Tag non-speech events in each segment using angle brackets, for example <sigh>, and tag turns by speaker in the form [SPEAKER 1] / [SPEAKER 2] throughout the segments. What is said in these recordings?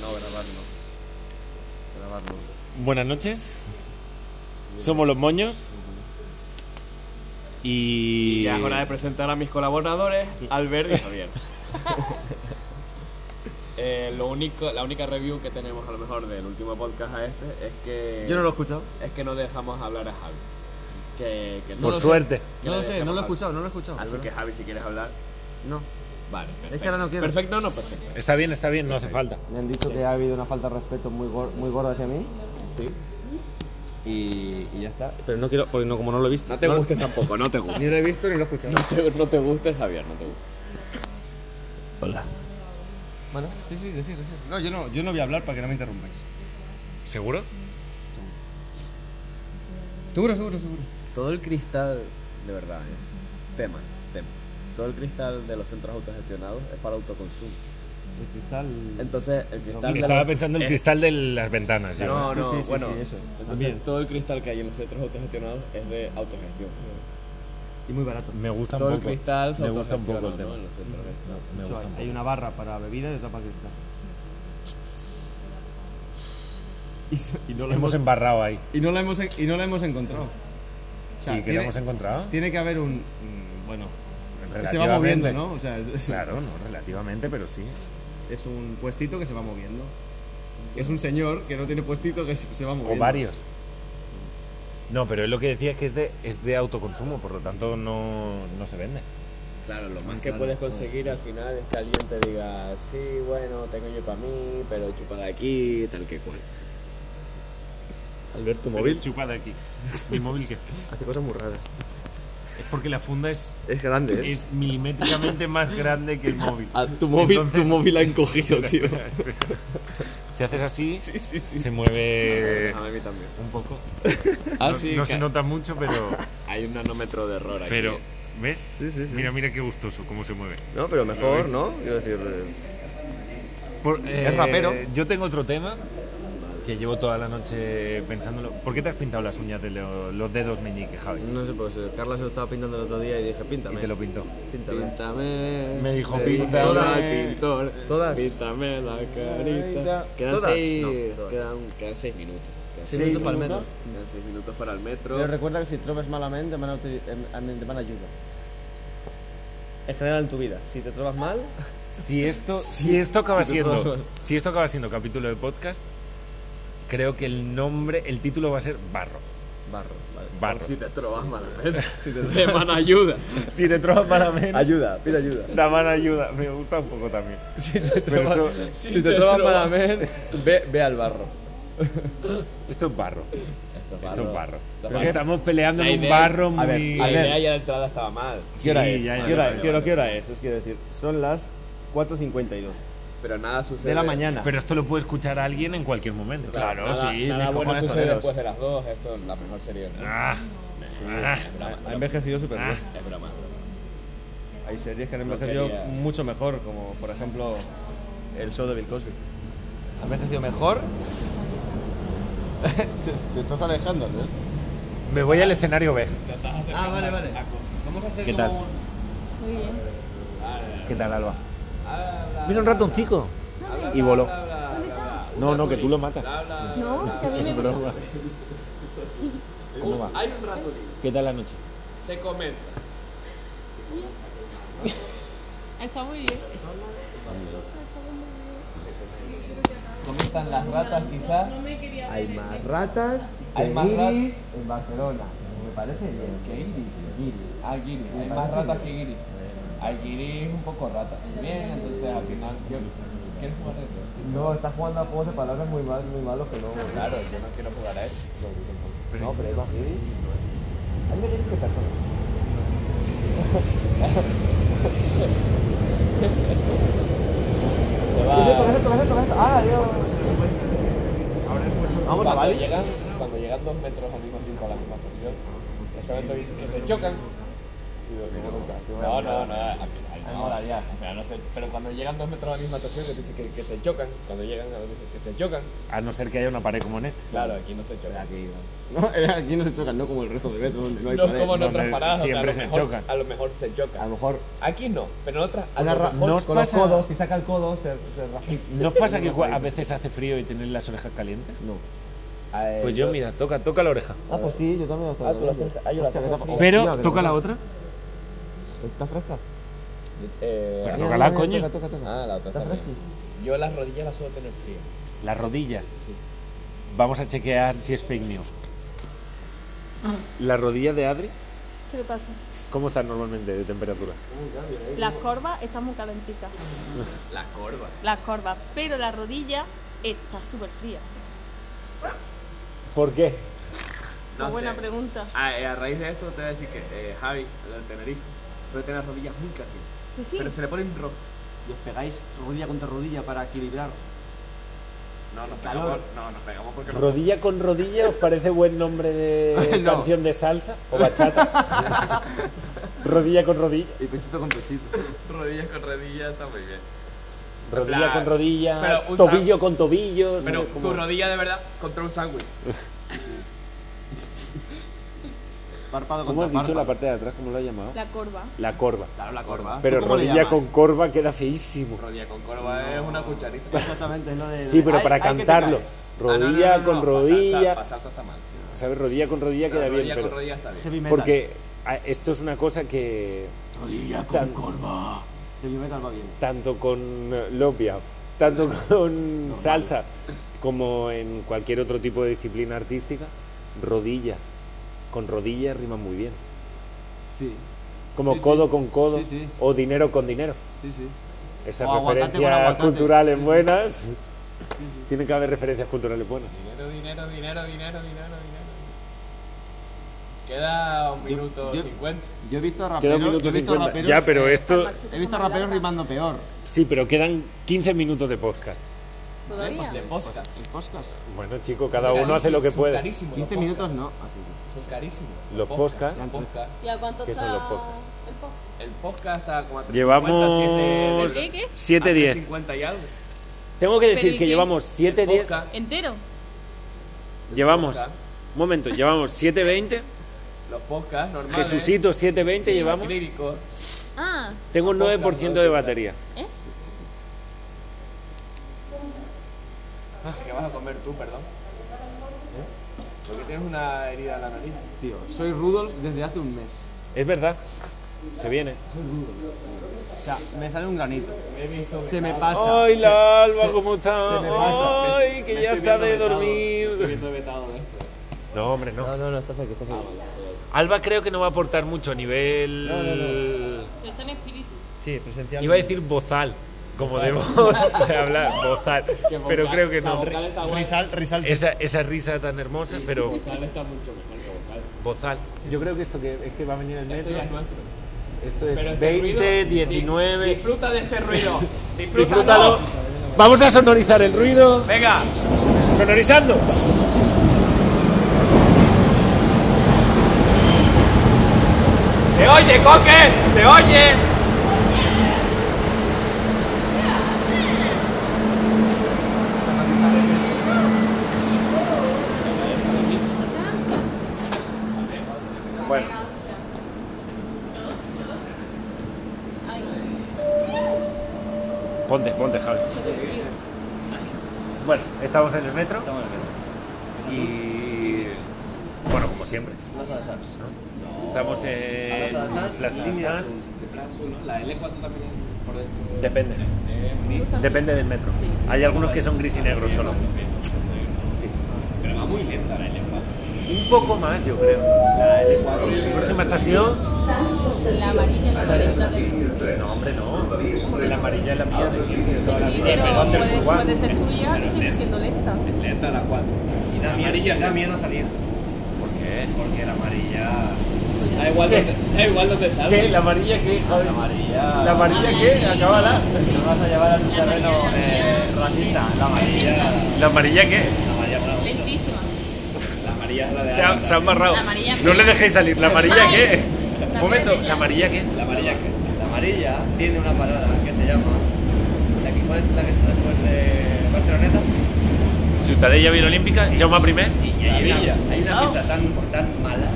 [SPEAKER 1] No, grabarlo. Grabarlo.
[SPEAKER 2] Buenas noches. Somos los moños. Y. Eh,
[SPEAKER 3] Ya es hora de presentar a mis colaboradores, Albert y Javier. Eh, lo único, la única review que tenemos a lo mejor del último podcast a este es que
[SPEAKER 1] Yo no lo he escuchado.
[SPEAKER 3] es que no dejamos hablar a Javi. Que, que
[SPEAKER 2] Por
[SPEAKER 1] lo sé.
[SPEAKER 2] suerte.
[SPEAKER 3] que
[SPEAKER 1] No
[SPEAKER 3] le
[SPEAKER 1] lo sé,
[SPEAKER 3] dejemos
[SPEAKER 1] no lo he
[SPEAKER 3] hablar.
[SPEAKER 1] escuchado, no lo he escuchado.
[SPEAKER 3] Así que Javi, si quieres hablar,
[SPEAKER 1] No.
[SPEAKER 3] vale. Perfecto.
[SPEAKER 1] que ahora no quiero.
[SPEAKER 3] Perfecto, no perfecto.
[SPEAKER 2] Está bien, está bien, no hace falta.
[SPEAKER 4] Me han dicho que ha habido una falta de respeto muy, gor- muy gorda hacia mí.
[SPEAKER 3] Sí.
[SPEAKER 4] Y, y ya está. Pero no quiero, porque no, como no lo he visto.
[SPEAKER 3] No te guste tampoco, no te guste.
[SPEAKER 4] <laughs>
[SPEAKER 1] Ni lo he visto ni lo he escuchado.
[SPEAKER 3] No te, no te guste, Javier, no te guste.
[SPEAKER 2] Hola.
[SPEAKER 1] Bueno, sí, sí, decir, decir.
[SPEAKER 4] No, yo no, yo no voy a hablar para que no me interrumpáis.
[SPEAKER 2] ¿Seguro?
[SPEAKER 4] Seguro, seguro, seguro.
[SPEAKER 3] Todo el cristal, de verdad, ¿eh? tema, tema. Todo el cristal de los centros autogestionados es para autoconsumo.
[SPEAKER 4] El cristal.
[SPEAKER 3] Entonces, el cristal de
[SPEAKER 2] Estaba
[SPEAKER 3] los-
[SPEAKER 2] pensando en el
[SPEAKER 3] es-
[SPEAKER 2] cristal de las ventanas. yo.
[SPEAKER 3] No,
[SPEAKER 4] Sí,
[SPEAKER 3] no,
[SPEAKER 4] sí, sí,
[SPEAKER 3] bueno.
[SPEAKER 4] sí, eso.
[SPEAKER 3] Entonces,
[SPEAKER 4] También.
[SPEAKER 3] todo el cristal que hay en los centros autogestionados es de autogestión.
[SPEAKER 4] Y muy barato.
[SPEAKER 2] Me gusta
[SPEAKER 3] todo
[SPEAKER 2] un
[SPEAKER 3] el
[SPEAKER 2] poco.
[SPEAKER 3] cristal se
[SPEAKER 2] Me gusta un poco el
[SPEAKER 3] autogestiona, ¿no? en
[SPEAKER 2] tema.
[SPEAKER 3] los centros estos.
[SPEAKER 2] Me
[SPEAKER 4] O sea,
[SPEAKER 2] gusta un
[SPEAKER 4] hay
[SPEAKER 2] poco.
[SPEAKER 4] una barra para bebida y otra para cristal. <laughs> Y so- Y, no la
[SPEAKER 2] Hemos
[SPEAKER 4] hemos,
[SPEAKER 2] embarrado ahí.
[SPEAKER 4] y, no la hemos, en- y no la hemos encontrado. O sea,
[SPEAKER 2] Sí, que
[SPEAKER 4] tiene-
[SPEAKER 2] lo hemos encontrado.
[SPEAKER 4] Tiene que haber un. mm, Bueno, se va
[SPEAKER 2] Relativamente.
[SPEAKER 4] moviendo, ¿no? O sea, es, es-
[SPEAKER 2] Claro, no, relativamente, pero sí.
[SPEAKER 4] es un puestito que se va moviendo. Es un señor que no tiene puestito que se se va moviendo.
[SPEAKER 2] O varios. No, pero él lo que decía es que es de, es de autoconsumo, por lo tanto no, no se vende.
[SPEAKER 3] Claro, lo más que puedes conseguir al final es que alguien te diga, sí, bueno, tengo yo para mí, pero chupa de aquí, tal que cual.
[SPEAKER 1] Alberto
[SPEAKER 2] Chupada aquí. ¿Mi móvil qué? Es
[SPEAKER 1] hace cosas muy raras.
[SPEAKER 2] porque la funda es,
[SPEAKER 1] Es grande, ¿eh? Ah,
[SPEAKER 2] es milimétricamente más grande que el móvil.
[SPEAKER 3] tu
[SPEAKER 2] móvil- tu Entonces-
[SPEAKER 3] móvil ha <laughs> encogido, tío.
[SPEAKER 2] Si haces así, se mueve
[SPEAKER 3] A mí también.
[SPEAKER 2] un poco.
[SPEAKER 3] Ah,
[SPEAKER 2] no
[SPEAKER 3] sí,
[SPEAKER 2] no
[SPEAKER 3] que
[SPEAKER 2] se nota mucho, pero.
[SPEAKER 3] hay un nanómetro de error aquí.
[SPEAKER 2] pero ¿Ves?
[SPEAKER 1] Sí, sí, sí.
[SPEAKER 2] Mira, mira qué gustoso cómo se mueve.
[SPEAKER 1] No, pero mejor, ¿no? Quiero decir. eh,
[SPEAKER 2] Eh,
[SPEAKER 1] rapero.
[SPEAKER 2] Yo tengo otro tema que llevo toda la noche pensándolo. ¿Por qué te has pintado las uñas de lo- los dedos meñique, Javi?
[SPEAKER 1] No sé, pues eh, Carla se lo estaba pintando el otro día y dije,
[SPEAKER 2] Y
[SPEAKER 1] píntame.
[SPEAKER 2] te lo pintó.
[SPEAKER 1] Píntame.
[SPEAKER 3] Píntame.
[SPEAKER 2] Me dijo,
[SPEAKER 3] le
[SPEAKER 2] "Píntame".
[SPEAKER 3] dije al pintor.
[SPEAKER 1] Todas.
[SPEAKER 3] Píntame la carita. Quedan,
[SPEAKER 1] Todas.
[SPEAKER 3] Seis,
[SPEAKER 1] No, todas.
[SPEAKER 3] Quedan, quedan seis minutos. Quedan
[SPEAKER 1] Seis minutos para el metro.
[SPEAKER 3] Quedan seis minutos para el metro.
[SPEAKER 5] Pero recuerda que si trobes malament, demana, uti- em- em- demana ajuda. En general en tu vida, si te
[SPEAKER 3] <laughs>
[SPEAKER 5] trobes mal,
[SPEAKER 2] Si esto, si esto acaba
[SPEAKER 5] sí, te
[SPEAKER 2] siendo,
[SPEAKER 5] puedo-
[SPEAKER 2] si esto acaba siendo capítulo de podcast, creo que el nombre, el título va a ser <laughs> Barro.
[SPEAKER 1] Barro, vale.
[SPEAKER 2] Barro.
[SPEAKER 3] Si te trobas <laughs> malamente. si te trobas ayuda.
[SPEAKER 2] Si te trobas malamente,
[SPEAKER 1] Ayuda, pide ayuda.
[SPEAKER 2] la mano ayuda. Me gusta un poco también. Pero esto,
[SPEAKER 3] Si,
[SPEAKER 5] si te trobes malament, ve, ve al barro.
[SPEAKER 2] esto es barro.
[SPEAKER 3] Esto es
[SPEAKER 2] Esto es barro.
[SPEAKER 3] barro.
[SPEAKER 2] Estamos peleando
[SPEAKER 3] La
[SPEAKER 2] en un
[SPEAKER 3] idea-
[SPEAKER 2] barro muy.
[SPEAKER 5] a ver,
[SPEAKER 3] La idea ya de entrada estaba mal.
[SPEAKER 2] Sí,
[SPEAKER 5] ¿Qué hora
[SPEAKER 2] ya,
[SPEAKER 5] es?
[SPEAKER 2] ya,
[SPEAKER 5] ¿Qué hora,
[SPEAKER 2] ya,
[SPEAKER 5] qué hora-
[SPEAKER 2] ya.
[SPEAKER 5] qué hora es? Os quiero decir, son las 4.52
[SPEAKER 3] Pero nada sucede.
[SPEAKER 5] de la mañana.
[SPEAKER 2] Pero esto lo puede escuchar alguien en cualquier momento.
[SPEAKER 3] nada, Nada
[SPEAKER 2] mis
[SPEAKER 3] bueno
[SPEAKER 2] cojones
[SPEAKER 3] sucede
[SPEAKER 2] toreros.
[SPEAKER 3] después de las dos. Esto es la mejor serie del mundo.
[SPEAKER 2] Ah, ah,
[SPEAKER 3] Es broma,
[SPEAKER 5] Ha envejecido súper bien.
[SPEAKER 3] es broma.
[SPEAKER 5] Hay series que han envejecido
[SPEAKER 3] quería-
[SPEAKER 5] mucho mejor, como por ejemplo el show de Bill Cosby.
[SPEAKER 4] ¿Ha envejecido
[SPEAKER 3] <laughs>
[SPEAKER 4] mejor? te, te estás alejando, ¿no?
[SPEAKER 2] me voy al escenario B.
[SPEAKER 4] Ah, vale, vale. Vamos a hacer
[SPEAKER 2] ¿Qué tal?
[SPEAKER 6] Muy bien.
[SPEAKER 2] ¿Qué tal, Alba? Mira un ratoncico. Y voló. No, no, que tú lo matas.
[SPEAKER 6] No, que a mí me gusta.
[SPEAKER 2] Broma. ¿Cómo va?
[SPEAKER 3] Hay un ratolín.
[SPEAKER 2] ¿Qué tal la noche?
[SPEAKER 3] Se comenta.
[SPEAKER 6] Está muy bien.
[SPEAKER 3] Comentan las ratas quizás.
[SPEAKER 6] No me quería
[SPEAKER 4] Hay más ratas
[SPEAKER 3] Hay
[SPEAKER 4] que
[SPEAKER 3] más ratas.
[SPEAKER 4] iris en Barcelona. Me parece bien. Que iris? Iris.
[SPEAKER 3] Hay guiris, Ah, hay más ratas que guiris. Hay guiris un poco ratas también, entonces al final yo quiero jugar a eso.
[SPEAKER 4] No, estás jugando a juegos de palabras muy mal, muy malos que no.
[SPEAKER 3] Claro, yo no quiero jugar a eso.
[SPEAKER 4] No, pero hay más iris. Hay más iris que personas.
[SPEAKER 3] Se va.
[SPEAKER 4] ¿Qué es esto? ¿Qué es esto? ¿Qué es esto? ¿Qué es esto? Ah, Dios. Vamos a
[SPEAKER 3] Cuando
[SPEAKER 4] Bali.
[SPEAKER 3] llegan, cuando llegan dos metros al mismo tiempo a la misma estación, ese momento dicen que se chocan
[SPEAKER 5] No, no, no, al final no. Al final no sé, pero cuando llegan dos metros a la misma estación, que, tú dices que, que se chocan, cuando llegan a donde dices que se chocan,
[SPEAKER 2] A no ser que haya una pared como en este. esta.
[SPEAKER 5] claro, aquí no se chocan.
[SPEAKER 3] No, <laughs> aquí no se chocan, no como el resto de Beto, donde no hay
[SPEAKER 5] no es
[SPEAKER 3] pared.
[SPEAKER 5] como en
[SPEAKER 2] donde
[SPEAKER 5] otras paradas, donde
[SPEAKER 2] siempre
[SPEAKER 5] a lo
[SPEAKER 2] se
[SPEAKER 5] mejor,
[SPEAKER 2] chocan.
[SPEAKER 5] A lo mejor se
[SPEAKER 3] A
[SPEAKER 5] chocan.
[SPEAKER 3] lo mejor
[SPEAKER 5] Aquí no, pero en otras, a
[SPEAKER 3] una
[SPEAKER 5] lo
[SPEAKER 3] ra-
[SPEAKER 5] mejor
[SPEAKER 2] ¿no os
[SPEAKER 3] con los
[SPEAKER 2] pasa-
[SPEAKER 3] codos, si saca el codo, se, se rajiza.
[SPEAKER 2] <laughs> ¿No os pasa que cua- a veces hace frío y tenéis las orejas calientes?
[SPEAKER 3] No.
[SPEAKER 5] eh,
[SPEAKER 2] Pues yo, mira, toca, toca la oreja.
[SPEAKER 3] Ah, pues sí, yo también lo sabía.
[SPEAKER 5] Ah, tú las tienes- ah, yo las
[SPEAKER 3] Hostia, que
[SPEAKER 5] tengo
[SPEAKER 3] está-
[SPEAKER 5] frías.
[SPEAKER 3] Hostia,
[SPEAKER 2] Pero,
[SPEAKER 3] que
[SPEAKER 2] ¿toca la
[SPEAKER 3] está-
[SPEAKER 2] otra?
[SPEAKER 3] ¿Está fresca?
[SPEAKER 5] eh,
[SPEAKER 2] Pero
[SPEAKER 3] Mira,
[SPEAKER 2] tócala,
[SPEAKER 3] mira, mira,
[SPEAKER 2] coño.
[SPEAKER 3] Toca, toca, toca.
[SPEAKER 5] ah, la otra
[SPEAKER 3] ¿Está
[SPEAKER 5] también.
[SPEAKER 3] fresquis?
[SPEAKER 5] Yo las rodillas las suelo tener frías.
[SPEAKER 2] Las rodillas.
[SPEAKER 5] Sí.
[SPEAKER 2] Vamos a chequear si es fake news. ¿La rodilla de Adri?
[SPEAKER 6] ¿Qué le pasa?
[SPEAKER 2] ¿Cómo está normalmente de temperatura?
[SPEAKER 6] Las corvas están muy
[SPEAKER 5] <laughs>
[SPEAKER 6] calentitas.
[SPEAKER 5] Las corvas.
[SPEAKER 6] Las corvas. Pero la rodilla está súper fría.
[SPEAKER 2] ¿Por qué?
[SPEAKER 6] Una
[SPEAKER 5] No
[SPEAKER 6] buena
[SPEAKER 5] sé.
[SPEAKER 6] pregunta.
[SPEAKER 5] Ah, eh, a raíz de esto te voy a decir que eh, Javi, el del Tenerife, suele tener las rodillas muy calientes.
[SPEAKER 6] Que sí.
[SPEAKER 5] Pero se le ponen rojo.
[SPEAKER 3] ¿Y os pegáis rodilla contra rodilla para equilibrar?
[SPEAKER 5] No, nos
[SPEAKER 3] Calor.
[SPEAKER 5] pegamos, no, nos pegamos porque no.
[SPEAKER 2] ¿Rodilla con rodilla os parece buen nombre de
[SPEAKER 3] No.
[SPEAKER 2] canción de salsa o bachata?
[SPEAKER 5] <laughs>
[SPEAKER 2] rodilla con rodilla.
[SPEAKER 3] Y pechito con pechito.
[SPEAKER 5] <laughs> Rodillas con rodillas está muy bien.
[SPEAKER 2] Rodilla
[SPEAKER 5] Claro.
[SPEAKER 2] con rodilla,
[SPEAKER 5] Pero un
[SPEAKER 2] tobillo con tobillo.
[SPEAKER 5] Pero
[SPEAKER 2] ¿sabes? Como-
[SPEAKER 5] tu rodilla de verdad contra un sándwich.
[SPEAKER 3] Párpado
[SPEAKER 2] ¿Cómo
[SPEAKER 3] contra
[SPEAKER 2] has dicho la
[SPEAKER 3] párpado.
[SPEAKER 2] parte de atrás? ¿Cómo lo has llamado?
[SPEAKER 6] La corva.
[SPEAKER 2] La corva.
[SPEAKER 5] Claro, la corva.
[SPEAKER 2] Pero
[SPEAKER 3] ¿Cómo le
[SPEAKER 2] rodilla
[SPEAKER 3] llamas?
[SPEAKER 2] con corva queda feísimo.
[SPEAKER 5] Rodilla con corva es una cucharita.
[SPEAKER 3] Exactamente, es lo de...
[SPEAKER 2] Sí, pero
[SPEAKER 3] Ay,
[SPEAKER 2] para
[SPEAKER 3] ay, que te
[SPEAKER 2] cantarlo.
[SPEAKER 3] caes.
[SPEAKER 5] Ah, no, no,
[SPEAKER 2] Rodilla
[SPEAKER 5] no, no,
[SPEAKER 2] con
[SPEAKER 5] pa' salsa- pa'
[SPEAKER 2] rodilla.
[SPEAKER 5] salsa está mal. tío.
[SPEAKER 2] ¿Sabes? Rodilla con rodilla queda bien,
[SPEAKER 5] rodilla
[SPEAKER 2] pero.
[SPEAKER 5] con rodilla está bien.
[SPEAKER 3] Heavy metal.
[SPEAKER 2] Porque ah, esto es una cosa que tan-
[SPEAKER 3] Heavy metal va bien.
[SPEAKER 2] tanto con eh, lopia,
[SPEAKER 3] <laughs>
[SPEAKER 2] tanto con salsa, como en cualquier otro tipo de disciplina artística, rodilla con rodilla rima muy bien.
[SPEAKER 3] Sí,
[SPEAKER 2] Como
[SPEAKER 3] Sí, sí.
[SPEAKER 2] codo con codo
[SPEAKER 3] Sí, sí.
[SPEAKER 2] o dinero con dinero.
[SPEAKER 3] sí, sí.
[SPEAKER 2] Esas
[SPEAKER 3] O aguacate con
[SPEAKER 2] referencias
[SPEAKER 3] aguacate.
[SPEAKER 2] culturales buenas. Tiene que haber referencias culturales buenas.
[SPEAKER 5] Dinero, dinero, dinero, dinero, dinero, dinero. Queda un minuto
[SPEAKER 3] yo-
[SPEAKER 5] cincuenta.
[SPEAKER 3] Yo he visto
[SPEAKER 2] Queda
[SPEAKER 3] raperos...
[SPEAKER 2] un
[SPEAKER 3] yo
[SPEAKER 2] minuto
[SPEAKER 3] he visto
[SPEAKER 2] 50.
[SPEAKER 3] raperos-
[SPEAKER 2] Ya, pero este- esto.
[SPEAKER 6] Las machucas
[SPEAKER 3] He visto
[SPEAKER 6] son más
[SPEAKER 3] raperos
[SPEAKER 6] largas.
[SPEAKER 3] rimando peor.
[SPEAKER 2] Sí, pero quedan 15 minutos de podcast.
[SPEAKER 6] ¿Todavía?
[SPEAKER 5] De podcast.
[SPEAKER 3] ¿En podcast?
[SPEAKER 2] Bueno, chico, cada uno hace lo que
[SPEAKER 5] Son
[SPEAKER 2] puede.
[SPEAKER 5] carísimos los
[SPEAKER 3] 15 minutos
[SPEAKER 5] podcasts.
[SPEAKER 3] no,
[SPEAKER 4] Ah,
[SPEAKER 3] así que...
[SPEAKER 5] Son carísimos.
[SPEAKER 2] Los podcasts.
[SPEAKER 5] Los podcasts.
[SPEAKER 6] ¿Y a cuánto
[SPEAKER 2] ¿Qué
[SPEAKER 6] está
[SPEAKER 2] son los
[SPEAKER 6] el
[SPEAKER 2] podcasts?
[SPEAKER 6] podcast?
[SPEAKER 5] El podcast está como a 3.50,
[SPEAKER 2] Llevamos
[SPEAKER 6] ¿De qué, qué?
[SPEAKER 5] Ah,
[SPEAKER 2] 7-10.
[SPEAKER 5] 50 y algo.
[SPEAKER 2] Tengo que decir
[SPEAKER 6] ¿y
[SPEAKER 2] que
[SPEAKER 6] qué?
[SPEAKER 2] llevamos
[SPEAKER 5] El
[SPEAKER 2] 7-10.
[SPEAKER 5] podcast,
[SPEAKER 6] ¿Entero?
[SPEAKER 2] Llevamos,
[SPEAKER 5] podcast.
[SPEAKER 2] un momento, llevamos 720,
[SPEAKER 5] los podcasts normales.
[SPEAKER 2] Jesucito 720
[SPEAKER 5] los
[SPEAKER 2] llevamos,
[SPEAKER 5] clíricos.
[SPEAKER 6] Ah,
[SPEAKER 2] tengo un
[SPEAKER 5] podcast,
[SPEAKER 2] 9%
[SPEAKER 5] ¿no?
[SPEAKER 2] de batería.
[SPEAKER 5] Ah, ¿Qué vas a comer tú, perdón? ¿Eh? Porque tienes una herida en la nariz.
[SPEAKER 3] Tío, soy Rudolf desde hace un mes.
[SPEAKER 2] Es verdad, se viene.
[SPEAKER 3] O sea, me sale un granito.
[SPEAKER 5] He visto
[SPEAKER 3] Se me pasa.
[SPEAKER 2] ¡Ay, la
[SPEAKER 3] se-
[SPEAKER 2] alba, cómo está!
[SPEAKER 3] se me pasa.
[SPEAKER 2] ¡Ay, que ya está de
[SPEAKER 5] Estoy
[SPEAKER 2] dormir!
[SPEAKER 5] viendo vetado eh. de esto.
[SPEAKER 2] No, hombre, no.
[SPEAKER 3] No, no, no, estás aquí, estás aquí.
[SPEAKER 2] Alba creo que no va a aportar mucho a nivel...
[SPEAKER 6] pero está en espíritu.
[SPEAKER 3] Sí, presencial.
[SPEAKER 2] Iba a decir bozal, como de voz, de hablar, <laughs> bozal, pero creo que no.
[SPEAKER 5] Vocal está guay.
[SPEAKER 3] Risal, Risal.
[SPEAKER 2] Esa, esa risa tan hermosa, pero
[SPEAKER 5] Vocal está mucho mejor que vocal.
[SPEAKER 2] bozal. Yo creo que esto que, es que va a venir el
[SPEAKER 5] Esto ya es nuestro.
[SPEAKER 2] Esto es
[SPEAKER 5] Pero este
[SPEAKER 2] 20,
[SPEAKER 5] ruido-
[SPEAKER 2] 19.
[SPEAKER 5] Disfruta de este <laughs> ruido.
[SPEAKER 2] Disfrútalo. Vamos a sonorizar el ruido.
[SPEAKER 5] Venga.
[SPEAKER 2] Sonorizando.
[SPEAKER 5] ¡Se oye, Coque! ¡Se oye!
[SPEAKER 2] Bueno,
[SPEAKER 6] Ay,
[SPEAKER 2] ponte, ponte, Javi. Bueno, estamos en el metro. Y. Bueno, como siempre. ¿no? Estamos en Plaza de Sanz.
[SPEAKER 5] La L4 también por dentro.
[SPEAKER 2] Depende. Depende del metro. Hay algunos que son gris y negro solo. Sí.
[SPEAKER 5] Pero va muy lenta la L4.
[SPEAKER 2] Un poco más, yo creo.
[SPEAKER 5] La L4.
[SPEAKER 2] Próxima estación.
[SPEAKER 6] La amarilla no se
[SPEAKER 2] No, hombre, no. La amarilla es la mía de siempre. Toda la
[SPEAKER 6] Sí, pero
[SPEAKER 2] vida.
[SPEAKER 6] puede,
[SPEAKER 2] Wonderful One.
[SPEAKER 6] puede ser tuya y sigue siendo lenta.
[SPEAKER 5] Lenta la 4.
[SPEAKER 7] Y da miedo, da miedo salir,
[SPEAKER 5] ¿Por qué?
[SPEAKER 7] porque la amarilla...
[SPEAKER 5] Da igual
[SPEAKER 2] ¿Qué?
[SPEAKER 5] donde, da igual donde salga.
[SPEAKER 2] ¿Qué? ¿La amarilla qué, Javi?
[SPEAKER 7] amarilla...
[SPEAKER 2] ¿La amarilla qué? Acábala.
[SPEAKER 7] No vas a llevar a tu
[SPEAKER 6] La
[SPEAKER 7] terreno
[SPEAKER 6] amarilla, la
[SPEAKER 7] eh,
[SPEAKER 6] mía.
[SPEAKER 7] racista. La amarilla...
[SPEAKER 2] ¿La amarilla qué?
[SPEAKER 7] La amarilla mola mucho.
[SPEAKER 6] Lentísima.
[SPEAKER 7] La amarilla es la de...
[SPEAKER 2] Se ha, se ha amarrado.
[SPEAKER 6] La amarilla
[SPEAKER 2] No
[SPEAKER 6] qué.
[SPEAKER 2] le dejéis salir. ¿La amarilla
[SPEAKER 6] Ay.
[SPEAKER 2] qué?
[SPEAKER 6] La
[SPEAKER 2] Momento,
[SPEAKER 6] pequeña.
[SPEAKER 2] ¿la amarilla qué?
[SPEAKER 7] La amarilla que- La amarilla tiene una parada que se llama. La que, ¿Cuál es la que está después de Barceloneta?
[SPEAKER 2] Ciutadella Vila Olímpica, Jaume I.
[SPEAKER 7] Sí, y hay
[SPEAKER 5] villa.
[SPEAKER 7] una, hay una
[SPEAKER 6] No.
[SPEAKER 7] pista tan, tan mala,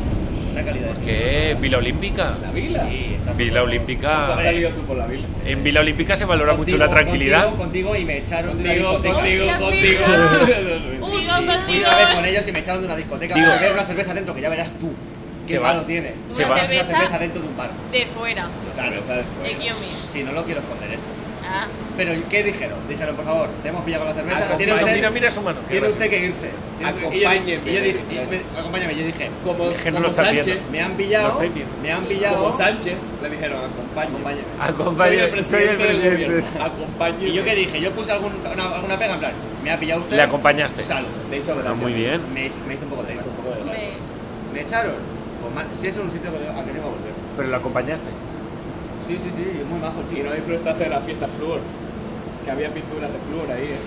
[SPEAKER 7] una calidad. de-
[SPEAKER 2] ¿Qué? ¿Vila Olímpica?
[SPEAKER 5] ¿La vila?
[SPEAKER 7] Sí, está
[SPEAKER 2] Vila
[SPEAKER 7] poco-
[SPEAKER 2] Olímpica.
[SPEAKER 5] ¿Has salido tú por la vila?
[SPEAKER 2] En Vila Olímpica se valora mucho
[SPEAKER 4] Contigo,
[SPEAKER 2] la tranquilidad.
[SPEAKER 4] Contigo, contigo y me echaron de una
[SPEAKER 7] Contigo,
[SPEAKER 4] discoteca.
[SPEAKER 7] contigo,
[SPEAKER 6] Hostia,
[SPEAKER 7] contigo.
[SPEAKER 6] Oh, Uy, yo
[SPEAKER 4] Fui
[SPEAKER 6] contigo.
[SPEAKER 4] una vez con ellos y me echaron de una discoteca
[SPEAKER 2] Digo-
[SPEAKER 4] para beber una cerveza dentro, que ya verás tú. Qué
[SPEAKER 2] Se va-
[SPEAKER 4] malo tiene.
[SPEAKER 2] se
[SPEAKER 4] Una
[SPEAKER 2] va-
[SPEAKER 4] cerveza- una
[SPEAKER 6] cerveza-
[SPEAKER 4] cerveza dentro de un bar.
[SPEAKER 6] De fuera.
[SPEAKER 7] Claro, sabes,
[SPEAKER 6] De
[SPEAKER 7] fuera.
[SPEAKER 6] Kiyomi.
[SPEAKER 4] Si no lo quiero esconder esto.
[SPEAKER 6] Ah.
[SPEAKER 4] Pero ¿qué dijeron? Dijeron, por favor, te hemos pillado con la cerveza.
[SPEAKER 7] Acompañe-
[SPEAKER 4] Tiene usted,
[SPEAKER 2] Ah, Mira, mira su mano. qué
[SPEAKER 4] tiene
[SPEAKER 2] gracioso.
[SPEAKER 4] usted que irse. Tiene usted- y yo dije- Y
[SPEAKER 5] Acompáñeme,
[SPEAKER 4] yo dije,
[SPEAKER 5] dice.
[SPEAKER 4] y me- acompáñame, yo dije,
[SPEAKER 5] Como,
[SPEAKER 2] Es que no
[SPEAKER 5] como
[SPEAKER 2] lo estás
[SPEAKER 5] Sánchez.
[SPEAKER 2] viendo.
[SPEAKER 4] me han
[SPEAKER 2] Lo
[SPEAKER 4] pillado,
[SPEAKER 2] estáis viendo.
[SPEAKER 4] me han
[SPEAKER 5] Como
[SPEAKER 4] pillado.
[SPEAKER 5] Sánchez le dijeron acompáñame.
[SPEAKER 4] Acompáñame.
[SPEAKER 2] Ah, Acompañe-
[SPEAKER 5] Soy el presidente, del gobierno.
[SPEAKER 4] Y
[SPEAKER 5] Acompáñeme.
[SPEAKER 4] yo qué dije, yo puse algún, una, alguna pega en plan, me ha pillado usted.
[SPEAKER 2] Le acompañaste.
[SPEAKER 4] Salgo.
[SPEAKER 5] Te hizo gracia.
[SPEAKER 2] Ah, muy bien.
[SPEAKER 4] Me, me hizo un poco de
[SPEAKER 5] Te hizo
[SPEAKER 4] gracia.
[SPEAKER 5] un poco de gracia.
[SPEAKER 6] Hombre.
[SPEAKER 4] Me echaron. Pues mal- si es un sitio que- a que no iba a volver.
[SPEAKER 2] Pero lo acompañaste.
[SPEAKER 4] Sí, sí, sí, es muy majo, el
[SPEAKER 5] Y
[SPEAKER 4] chico.
[SPEAKER 5] no disfrutaste de la fiesta flúor. Que había pinturas de flúor ahí. ¿eh?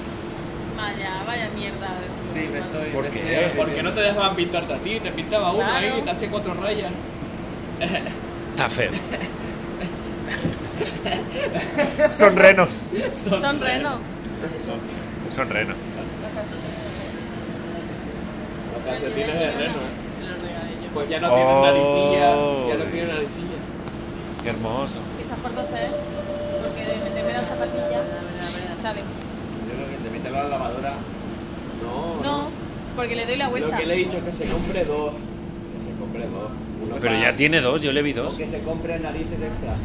[SPEAKER 6] Vaya, vaya mierda.
[SPEAKER 4] Sí, me estoy.
[SPEAKER 2] ¿Por
[SPEAKER 4] me
[SPEAKER 2] qué?
[SPEAKER 4] estoy arrepintiendo.
[SPEAKER 5] ¿Por qué no te dejaban pintarte a ti? Te pintaba uno
[SPEAKER 6] Claro.
[SPEAKER 5] ahí y te hacía cuatro rayas.
[SPEAKER 2] Está feo. Son renos.
[SPEAKER 6] Son renos.
[SPEAKER 2] Son renos.
[SPEAKER 5] Los calcetines de reno. ¿eh?
[SPEAKER 6] Se los regalé yo.
[SPEAKER 5] Pues ya no tienen naricilla. Ya no
[SPEAKER 2] Oh.
[SPEAKER 5] tienen naricilla.
[SPEAKER 2] Qué hermoso.
[SPEAKER 6] Estás por coser. Porque de meterme la zapatilla se sale.
[SPEAKER 4] Yo creo que te meterlo a la lavadora.
[SPEAKER 5] No.
[SPEAKER 6] No, porque le doy la
[SPEAKER 5] Lo
[SPEAKER 6] vuelta.
[SPEAKER 5] que le he dicho es que se compre dos. Que se compre dos. Uno
[SPEAKER 2] Pero
[SPEAKER 5] para-
[SPEAKER 2] ya tiene dos, yo le vi dos.
[SPEAKER 4] O que se compren narices extra.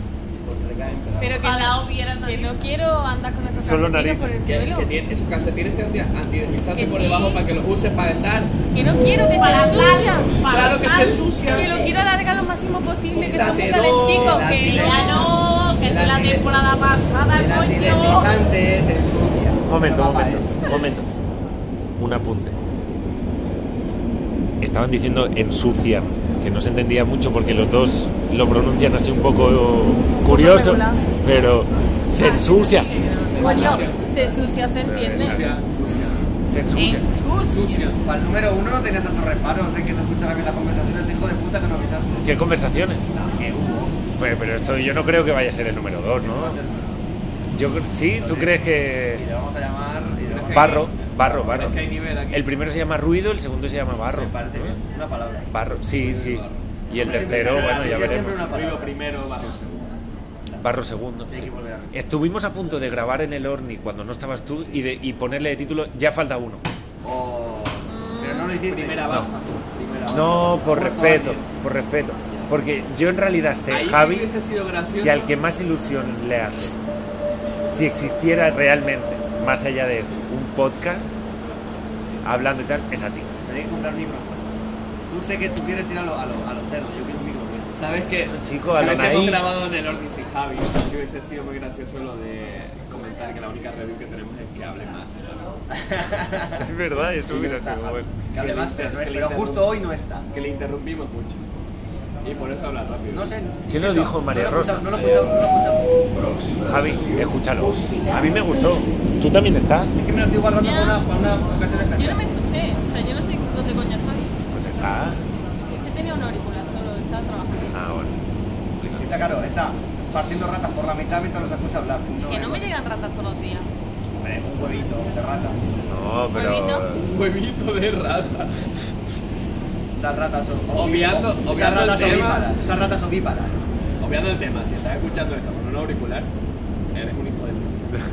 [SPEAKER 4] Pues se caen pegadas.
[SPEAKER 6] Pero que no, que no quiero andar con esos
[SPEAKER 2] Solo
[SPEAKER 6] calcetines
[SPEAKER 2] nariz.
[SPEAKER 6] por el
[SPEAKER 5] Que,
[SPEAKER 6] suelo.
[SPEAKER 5] que tiene esos calcetines te anti- antideslizantes
[SPEAKER 6] Que
[SPEAKER 5] por
[SPEAKER 6] sí.
[SPEAKER 5] debajo para que los uses para andar.
[SPEAKER 6] Que no quiero que se ensucian.
[SPEAKER 5] Claro que se ensucia.
[SPEAKER 6] Que lo quiero alargar lo máximo posible, que son muy
[SPEAKER 5] Quítate, no,
[SPEAKER 6] calenticos. Que
[SPEAKER 4] quítate.
[SPEAKER 6] ya no, que es la
[SPEAKER 4] Quítate.
[SPEAKER 6] temporada pasada, Ah, coño.
[SPEAKER 4] Antideslizantes, se ensucia.
[SPEAKER 2] Momento,
[SPEAKER 4] No va para
[SPEAKER 2] momento,
[SPEAKER 4] eso.
[SPEAKER 2] momento. Un apunte. Estaban diciendo ensucian, que no se entendía mucho porque los dos lo pronuncian así un poco curioso,
[SPEAKER 6] regular. Ah,
[SPEAKER 2] pero se ensucia.
[SPEAKER 6] Coño, se ensucia, se enciende.
[SPEAKER 5] Sucia, sucia,
[SPEAKER 2] Se ensucia.
[SPEAKER 5] sucia.
[SPEAKER 4] Para el número uno no tenía tantos reparos en que se escuchara bien las conversaciones, hijo de puta que no avisaste.
[SPEAKER 2] ¿Qué conversaciones?
[SPEAKER 4] No, que hubo.
[SPEAKER 2] Pues, pero esto yo no creo que vaya a ser el número dos, ¿no?
[SPEAKER 4] Va a ser bueno.
[SPEAKER 2] Yo, cre- sí, ¿tú crees
[SPEAKER 4] Y
[SPEAKER 2] que...?
[SPEAKER 4] le vamos a llamar. y le vamos a-
[SPEAKER 2] Barro, barro, barro.
[SPEAKER 5] Es que hay nivel aquí.
[SPEAKER 2] El primero se llama ruido, el segundo se llama barro.
[SPEAKER 4] Me parece
[SPEAKER 2] ¿no?
[SPEAKER 4] bien.
[SPEAKER 7] ¿Eh?
[SPEAKER 4] Una palabra.
[SPEAKER 2] Barro, sí, sí. Y el
[SPEAKER 4] Eso siempre-
[SPEAKER 2] tercero,
[SPEAKER 4] eso
[SPEAKER 2] bueno, ya
[SPEAKER 4] siempre
[SPEAKER 2] veremos.
[SPEAKER 4] una palabra.
[SPEAKER 5] Ruido primero, bajo segundo.
[SPEAKER 2] Barro segundo.
[SPEAKER 4] Sí, hay que volver a mí.
[SPEAKER 2] Estuvimos a punto de grabar en el Orni cuando no estabas tú y, de, y ponerle de título Ya falta uno.
[SPEAKER 4] O- Pero no lo hiciste.
[SPEAKER 5] Primera baja. Primera baja.
[SPEAKER 2] No, por
[SPEAKER 4] Muerto
[SPEAKER 2] respeto,
[SPEAKER 4] alguien.
[SPEAKER 2] por respeto. Porque yo en realidad sé,
[SPEAKER 5] Ahí sí
[SPEAKER 2] Javi,
[SPEAKER 5] hubiese sido gracioso.
[SPEAKER 2] que al que más ilusión le hace, si existiera realmente, más allá de esto, un podcast hablando y tal, es a ti.
[SPEAKER 4] Tenéis que comprar micro. Tú sé que tú quieres ir a lo, a lo, a lo cerdo, yo quiero un micro. güey.
[SPEAKER 5] ¿Sabes qué?
[SPEAKER 2] Chico,
[SPEAKER 5] si
[SPEAKER 2] a lo
[SPEAKER 5] hubiésemos
[SPEAKER 2] naif.
[SPEAKER 5] grabado en el Orni sin Javi, si hubiese sido muy gracioso lo de comentar que la única review que tenemos es que hable más.
[SPEAKER 2] Es verdad, eso
[SPEAKER 4] No está, Javi. Que hable más, pero, no es-
[SPEAKER 5] Que le
[SPEAKER 4] pero justo
[SPEAKER 5] interrumpa.
[SPEAKER 4] hoy no está.
[SPEAKER 5] Que le interrumpimos mucho. Y por eso habla rápido.
[SPEAKER 4] No sé.
[SPEAKER 2] ¿Quién lo
[SPEAKER 4] insisto,
[SPEAKER 2] dijo, María
[SPEAKER 4] no lo he
[SPEAKER 2] Rosa?
[SPEAKER 4] escuchado, No lo he escuchado, no lo he escuchado.
[SPEAKER 2] Javi, escúchalo. A mí me gustó. ¿Tú también estás?
[SPEAKER 4] Es que me lo estoy guardando
[SPEAKER 6] Ya.
[SPEAKER 4] para una, para una ocasión
[SPEAKER 6] Yo no
[SPEAKER 4] especial.
[SPEAKER 6] me escuché, o sea, yo no sé dónde coño estoy.
[SPEAKER 2] Pues está.
[SPEAKER 6] Es que tenía un auricular solo, estaba trabajando.
[SPEAKER 2] Ah, bueno.
[SPEAKER 4] Está claro, está partiendo ratas por la mitad mientras los escucha hablar. No,
[SPEAKER 6] Que no
[SPEAKER 4] eh.
[SPEAKER 6] me llegan ratas todos los días.
[SPEAKER 4] Hombre, un huevito de rata.
[SPEAKER 2] No,
[SPEAKER 6] Huevito.
[SPEAKER 2] pero...
[SPEAKER 5] Un huevito de rata.
[SPEAKER 4] Esas ratas son.
[SPEAKER 5] Obviando-
[SPEAKER 4] esas
[SPEAKER 5] obviando
[SPEAKER 4] ratas
[SPEAKER 5] el tema.
[SPEAKER 4] ovíparas. Esas ratas ovíparas.
[SPEAKER 5] Obviando el tema, si estás escuchando esto con un auricular, eres un hijo de puta.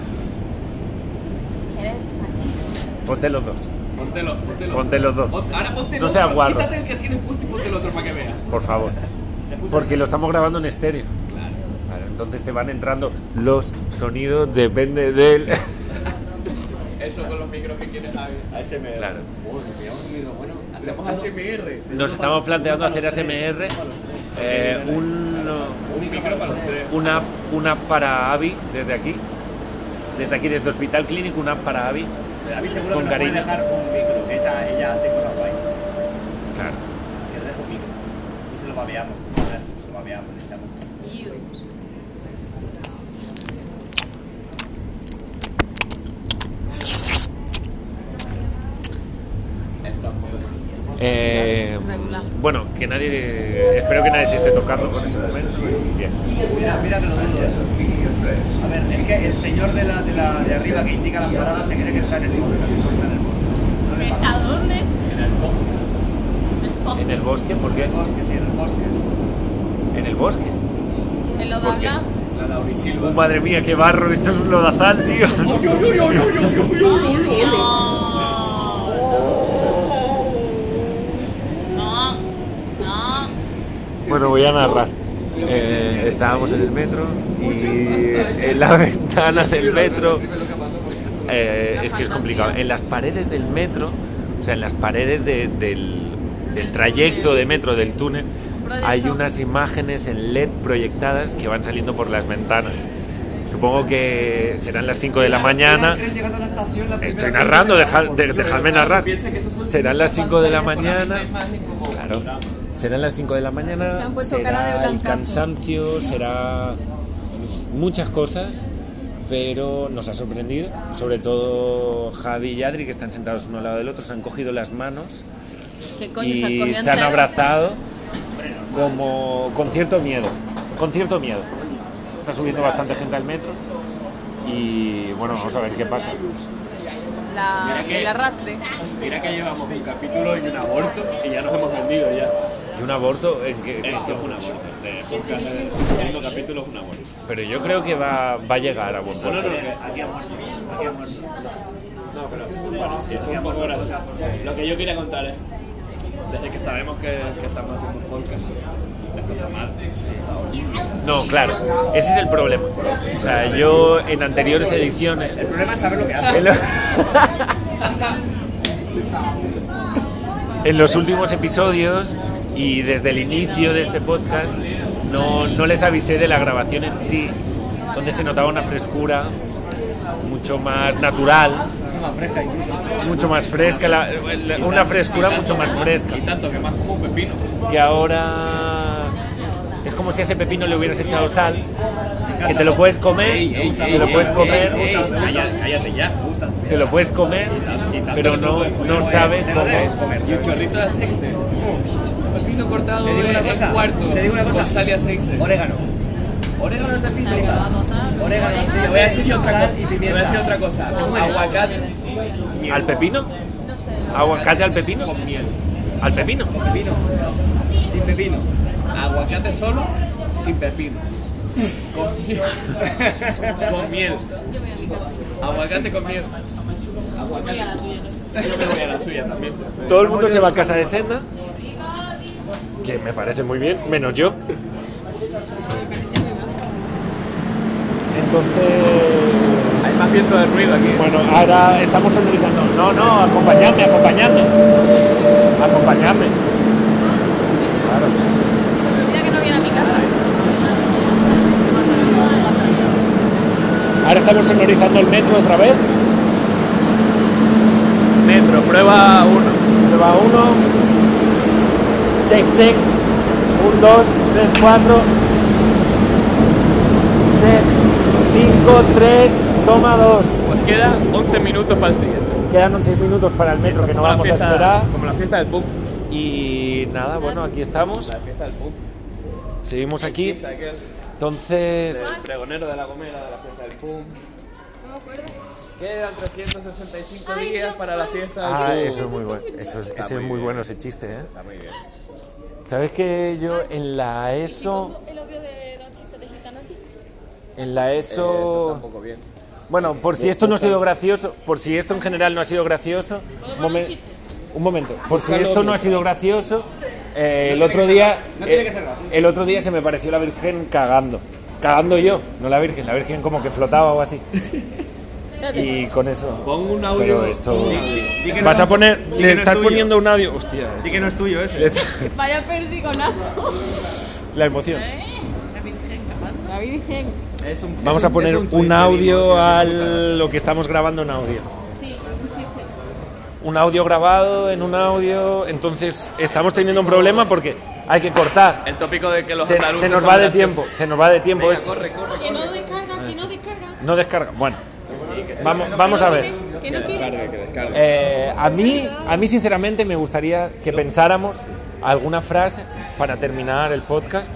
[SPEAKER 6] Que eres machista.
[SPEAKER 2] Ponte los dos.
[SPEAKER 5] Póntelo, póntelo.
[SPEAKER 2] Ponte los dos.
[SPEAKER 5] Pon- Ahora ponte el
[SPEAKER 2] No
[SPEAKER 5] otro.
[SPEAKER 2] seas guarro.
[SPEAKER 5] Quítate el que tienes puesto y ponte el otro para que veas.
[SPEAKER 2] Por favor.
[SPEAKER 4] Se escucha
[SPEAKER 2] Porque lo estamos grabando en estéreo.
[SPEAKER 5] Claro.
[SPEAKER 2] Vale, entonces te van entrando los sonidos, depende del. <laughs>
[SPEAKER 5] Eso con los micros que quieres, Javi.
[SPEAKER 4] ASMR.
[SPEAKER 2] Claro.
[SPEAKER 4] Uy, nos pillamos un micro bueno.
[SPEAKER 5] Hacemos ASMR.
[SPEAKER 2] Nos estamos planteando hacer ASMR, eh, un,
[SPEAKER 4] Un micro para los tres.
[SPEAKER 2] una, una app para Avi desde aquí. Desde aquí, desde Hospital Clínico, una app para Avi.
[SPEAKER 4] Pero a mí seguro
[SPEAKER 2] Con
[SPEAKER 4] que nos puede
[SPEAKER 2] cariño.
[SPEAKER 4] dejar un micro, que ella, ella hace cosas guays.
[SPEAKER 2] Claro.
[SPEAKER 4] Que le dejo un micro. Y se lo babeamos, tú, ¿verdad? se lo babeamos, le echamos.
[SPEAKER 6] Iu.
[SPEAKER 2] Eh,
[SPEAKER 6] Una regular.
[SPEAKER 2] Eh, Bueno, que nadie. Espero que nadie se esté tocando con ese momento. y Bien.
[SPEAKER 4] Mira, mira que lo dudo. A ver, es que el señor de, la, de, la, de arriba que indica las paradas se cree que está en el podcast, no está en el podcast. No le
[SPEAKER 6] ¿Está
[SPEAKER 4] pasa.
[SPEAKER 6] dónde?
[SPEAKER 4] En el bosque.
[SPEAKER 2] ¿En el bosque? ¿Por qué?
[SPEAKER 4] En el bosque, sí, en el bosque.
[SPEAKER 2] ¿En el bosque?
[SPEAKER 6] ¿En lo de
[SPEAKER 2] ¿Por qué?
[SPEAKER 6] hablar?
[SPEAKER 4] La
[SPEAKER 2] Oh,
[SPEAKER 4] Laurisilva.
[SPEAKER 2] madre mía, qué barro, esto es un lodazal, tío. Oh.
[SPEAKER 6] No, no.
[SPEAKER 2] Bueno, voy a narrar. Eh, estábamos en el metro y en la <laughs> ventana del metro. eh, es que es complicado. En las paredes del metro, o sea, en las paredes de- del, del trayecto de metro, del túnel, hay unas imágenes en LED proyectadas que van saliendo por las ventanas. Supongo que serán las 5 de la mañana.
[SPEAKER 4] Llegando a la estación, la
[SPEAKER 2] Estoy
[SPEAKER 4] primera-
[SPEAKER 2] narrando, deja- de- dejadme narrar.
[SPEAKER 7] Piensa que eso son
[SPEAKER 2] Serán las
[SPEAKER 7] muchas
[SPEAKER 2] 5 de la
[SPEAKER 7] pantallas con misma
[SPEAKER 2] mañana.
[SPEAKER 7] imagen como
[SPEAKER 2] Claro.
[SPEAKER 7] programa.
[SPEAKER 2] Serán las 5 de la mañana.
[SPEAKER 6] Me han puesto
[SPEAKER 2] será
[SPEAKER 6] cara de
[SPEAKER 2] el
[SPEAKER 6] blancazo.
[SPEAKER 2] cansancio, será muchas cosas, pero nos ha sorprendido. Sobre todo Javi y Adri, que están sentados uno al lado del otro, se han cogido las manos
[SPEAKER 6] ¿Qué coño esa
[SPEAKER 2] y
[SPEAKER 6] corriente?
[SPEAKER 2] se han abrazado como con cierto miedo. Con cierto miedo. Está subiendo bastante gente al metro y bueno, vamos a ver qué pasa.
[SPEAKER 6] La, el arrastre.
[SPEAKER 7] Mira que llevamos un capítulo y un aborto y ya nos hemos vendido ya.
[SPEAKER 2] ¿Y un aborto? ¿En qué-
[SPEAKER 7] Esto es un aborto. Este podcast de segundo capítulo es un aborto.
[SPEAKER 2] Pero yo creo que va, va a llegar a buen
[SPEAKER 7] No, no,
[SPEAKER 2] puerto.
[SPEAKER 7] no. Aquí hemos Aquí hemos No, pero bueno, sí, es un poco gracioso. Lo que yo quería contar es, desde que sabemos que, que estamos haciendo un podcast, esto está mal. Sí, está horrible.
[SPEAKER 2] No, claro, ese es el problema. O sea, yo en anteriores ediciones.
[SPEAKER 4] El problema es saber lo que hace.
[SPEAKER 2] En, lo- en los últimos episodios y desde el inicio de este podcast, no, no les avisé de la grabación en sí, donde se notaba una frescura mucho más natural,
[SPEAKER 4] Mucho más fresca incluso.
[SPEAKER 2] mucho más fresca, la- la- una frescura mucho más fresca.
[SPEAKER 7] Y tanto que más como un pepino.
[SPEAKER 2] que ahora es como si a ese pepino le hubieras echado sal, que te lo puedes comer,
[SPEAKER 7] Ey, ey,
[SPEAKER 2] te lo
[SPEAKER 7] ey,
[SPEAKER 2] puedes
[SPEAKER 7] ey,
[SPEAKER 2] comer,
[SPEAKER 7] ey, cállate, cállate ya.
[SPEAKER 2] te lo puedes comer, pero no, no sabes
[SPEAKER 4] Te lo debes
[SPEAKER 2] cómo.
[SPEAKER 4] comer.
[SPEAKER 7] Y un
[SPEAKER 4] ¿sabes?
[SPEAKER 7] chorrito de aceite. Pepino cortado
[SPEAKER 4] Te digo una
[SPEAKER 7] en
[SPEAKER 4] cosa.
[SPEAKER 7] cuarto.
[SPEAKER 4] Te digo una cosa.
[SPEAKER 7] Con sal y aceite.
[SPEAKER 4] Orégano.
[SPEAKER 7] Orégano en pepino.
[SPEAKER 6] La que va a votar.
[SPEAKER 4] Orégano, sí,
[SPEAKER 7] Te voy a decir yo otra
[SPEAKER 4] Sal
[SPEAKER 7] cosa.
[SPEAKER 4] y
[SPEAKER 7] Te voy a
[SPEAKER 4] pimienta.
[SPEAKER 7] decir otra cosa. Aguacate.
[SPEAKER 2] ¿Al pepino? ¿Aguacate al pepino?
[SPEAKER 7] Con miel.
[SPEAKER 2] ¿Al pepino?
[SPEAKER 4] Pepino. Sin pepino.
[SPEAKER 7] Aguacate solo, sin pepino. Con <laughs> miel. Con miel. Aguacate con miel.
[SPEAKER 6] Voy a la tuya.
[SPEAKER 7] Yo me voy a la suya también.
[SPEAKER 2] Todo el mundo se va a casa de Senda, que me parece muy bien, menos yo.
[SPEAKER 6] Me parece muy mal.
[SPEAKER 2] Entonces,
[SPEAKER 7] Hay más viento de ruido aquí.
[SPEAKER 2] bueno, ahora estamos sonorizando. No, no, acompañadme, acompañadme. Acompañadme.
[SPEAKER 6] Se me olvida que no viene a mi casa.
[SPEAKER 2] Ahora estamos sonorizando el metro otra vez.
[SPEAKER 7] Metro, prueba uno.
[SPEAKER 2] Prueba 1. Check, check. 1, 2, 3, 4. 5, 3, toma 2.
[SPEAKER 7] Pues queda 11 minutos para el siguiente.
[SPEAKER 2] Quedan 11 minutos para el metro que no
[SPEAKER 7] Como la
[SPEAKER 2] vamos a
[SPEAKER 7] fiesta-
[SPEAKER 2] esperar.
[SPEAKER 7] Como la fiesta del pub.
[SPEAKER 2] Y nada, bueno, aquí estamos.
[SPEAKER 7] La fiesta del pub.
[SPEAKER 2] Seguimos aquí.
[SPEAKER 7] Fiesta aquel,
[SPEAKER 2] Entonces,
[SPEAKER 7] del pregonero de la gomera de la fiesta del pub. Quedan 365 días para la fiesta del
[SPEAKER 2] Ah,
[SPEAKER 7] pub.
[SPEAKER 2] eso es muy bueno. Eso es, ese es muy bueno ese chiste, ¿eh? Está muy bien. ¿Sabes que yo en la ESO,
[SPEAKER 6] El obvio de los chistes de gitano aquí.
[SPEAKER 2] en la ESO
[SPEAKER 7] Tampoco bien.
[SPEAKER 2] Bueno, por si esto no ha sido gracioso, por si esto en general no ha sido gracioso, un, momen- un momento, por si esto no ha sido gracioso, eh, el otro día, eh, el otro día se me pareció la Virgen cagando, cagando yo, no la Virgen, la Virgen como que flotaba o así. Y con eso.
[SPEAKER 7] Pon un audio.
[SPEAKER 2] Pero esto.
[SPEAKER 4] Di que no-
[SPEAKER 2] Vas a poner,
[SPEAKER 4] di que no
[SPEAKER 2] le
[SPEAKER 4] es
[SPEAKER 2] estás
[SPEAKER 4] tuyo.
[SPEAKER 2] poniendo un audio, hostia,
[SPEAKER 4] Sí que no es tuyo ese.
[SPEAKER 6] Vaya perdigonazo.
[SPEAKER 2] la emoción.
[SPEAKER 6] ¿Eh? La virgen capando. La virgen.
[SPEAKER 4] Es un-
[SPEAKER 2] Vamos
[SPEAKER 4] es
[SPEAKER 2] a
[SPEAKER 4] es
[SPEAKER 2] poner
[SPEAKER 4] tuit
[SPEAKER 2] un
[SPEAKER 4] que vimos y
[SPEAKER 2] audio
[SPEAKER 4] nos hizo mucha
[SPEAKER 2] a lo que estamos grabando en audio.
[SPEAKER 6] Sí, un chiste.
[SPEAKER 2] un audio grabado en un audio. Entonces estamos teniendo un problema porque hay que cortar.
[SPEAKER 7] El tópico de que los
[SPEAKER 2] Se,
[SPEAKER 7] andaluces
[SPEAKER 2] se nos
[SPEAKER 7] son
[SPEAKER 2] va de
[SPEAKER 7] graciosos.
[SPEAKER 2] tiempo, se nos va de tiempo
[SPEAKER 7] Venga,
[SPEAKER 2] esto.
[SPEAKER 7] corre, corre.
[SPEAKER 6] Que no descarga, que no descarga.
[SPEAKER 2] No descarga. Bueno, vamos, vamos a ver.
[SPEAKER 6] Que Que no quiere.
[SPEAKER 5] Descargue, que descargue.
[SPEAKER 2] Eh, a, mí, a mí, sinceramente, me gustaría que pensáramos alguna frase para terminar el podcast.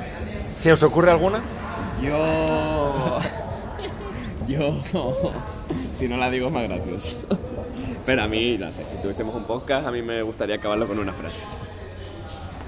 [SPEAKER 2] ¿Se os ocurre alguna?
[SPEAKER 5] Yo. Yo. <laughs> Si no la digo <laughs> es más gracioso. Pero a mí, no sé, si tuviésemos un podcast, a mí me gustaría acabarlo con una frase.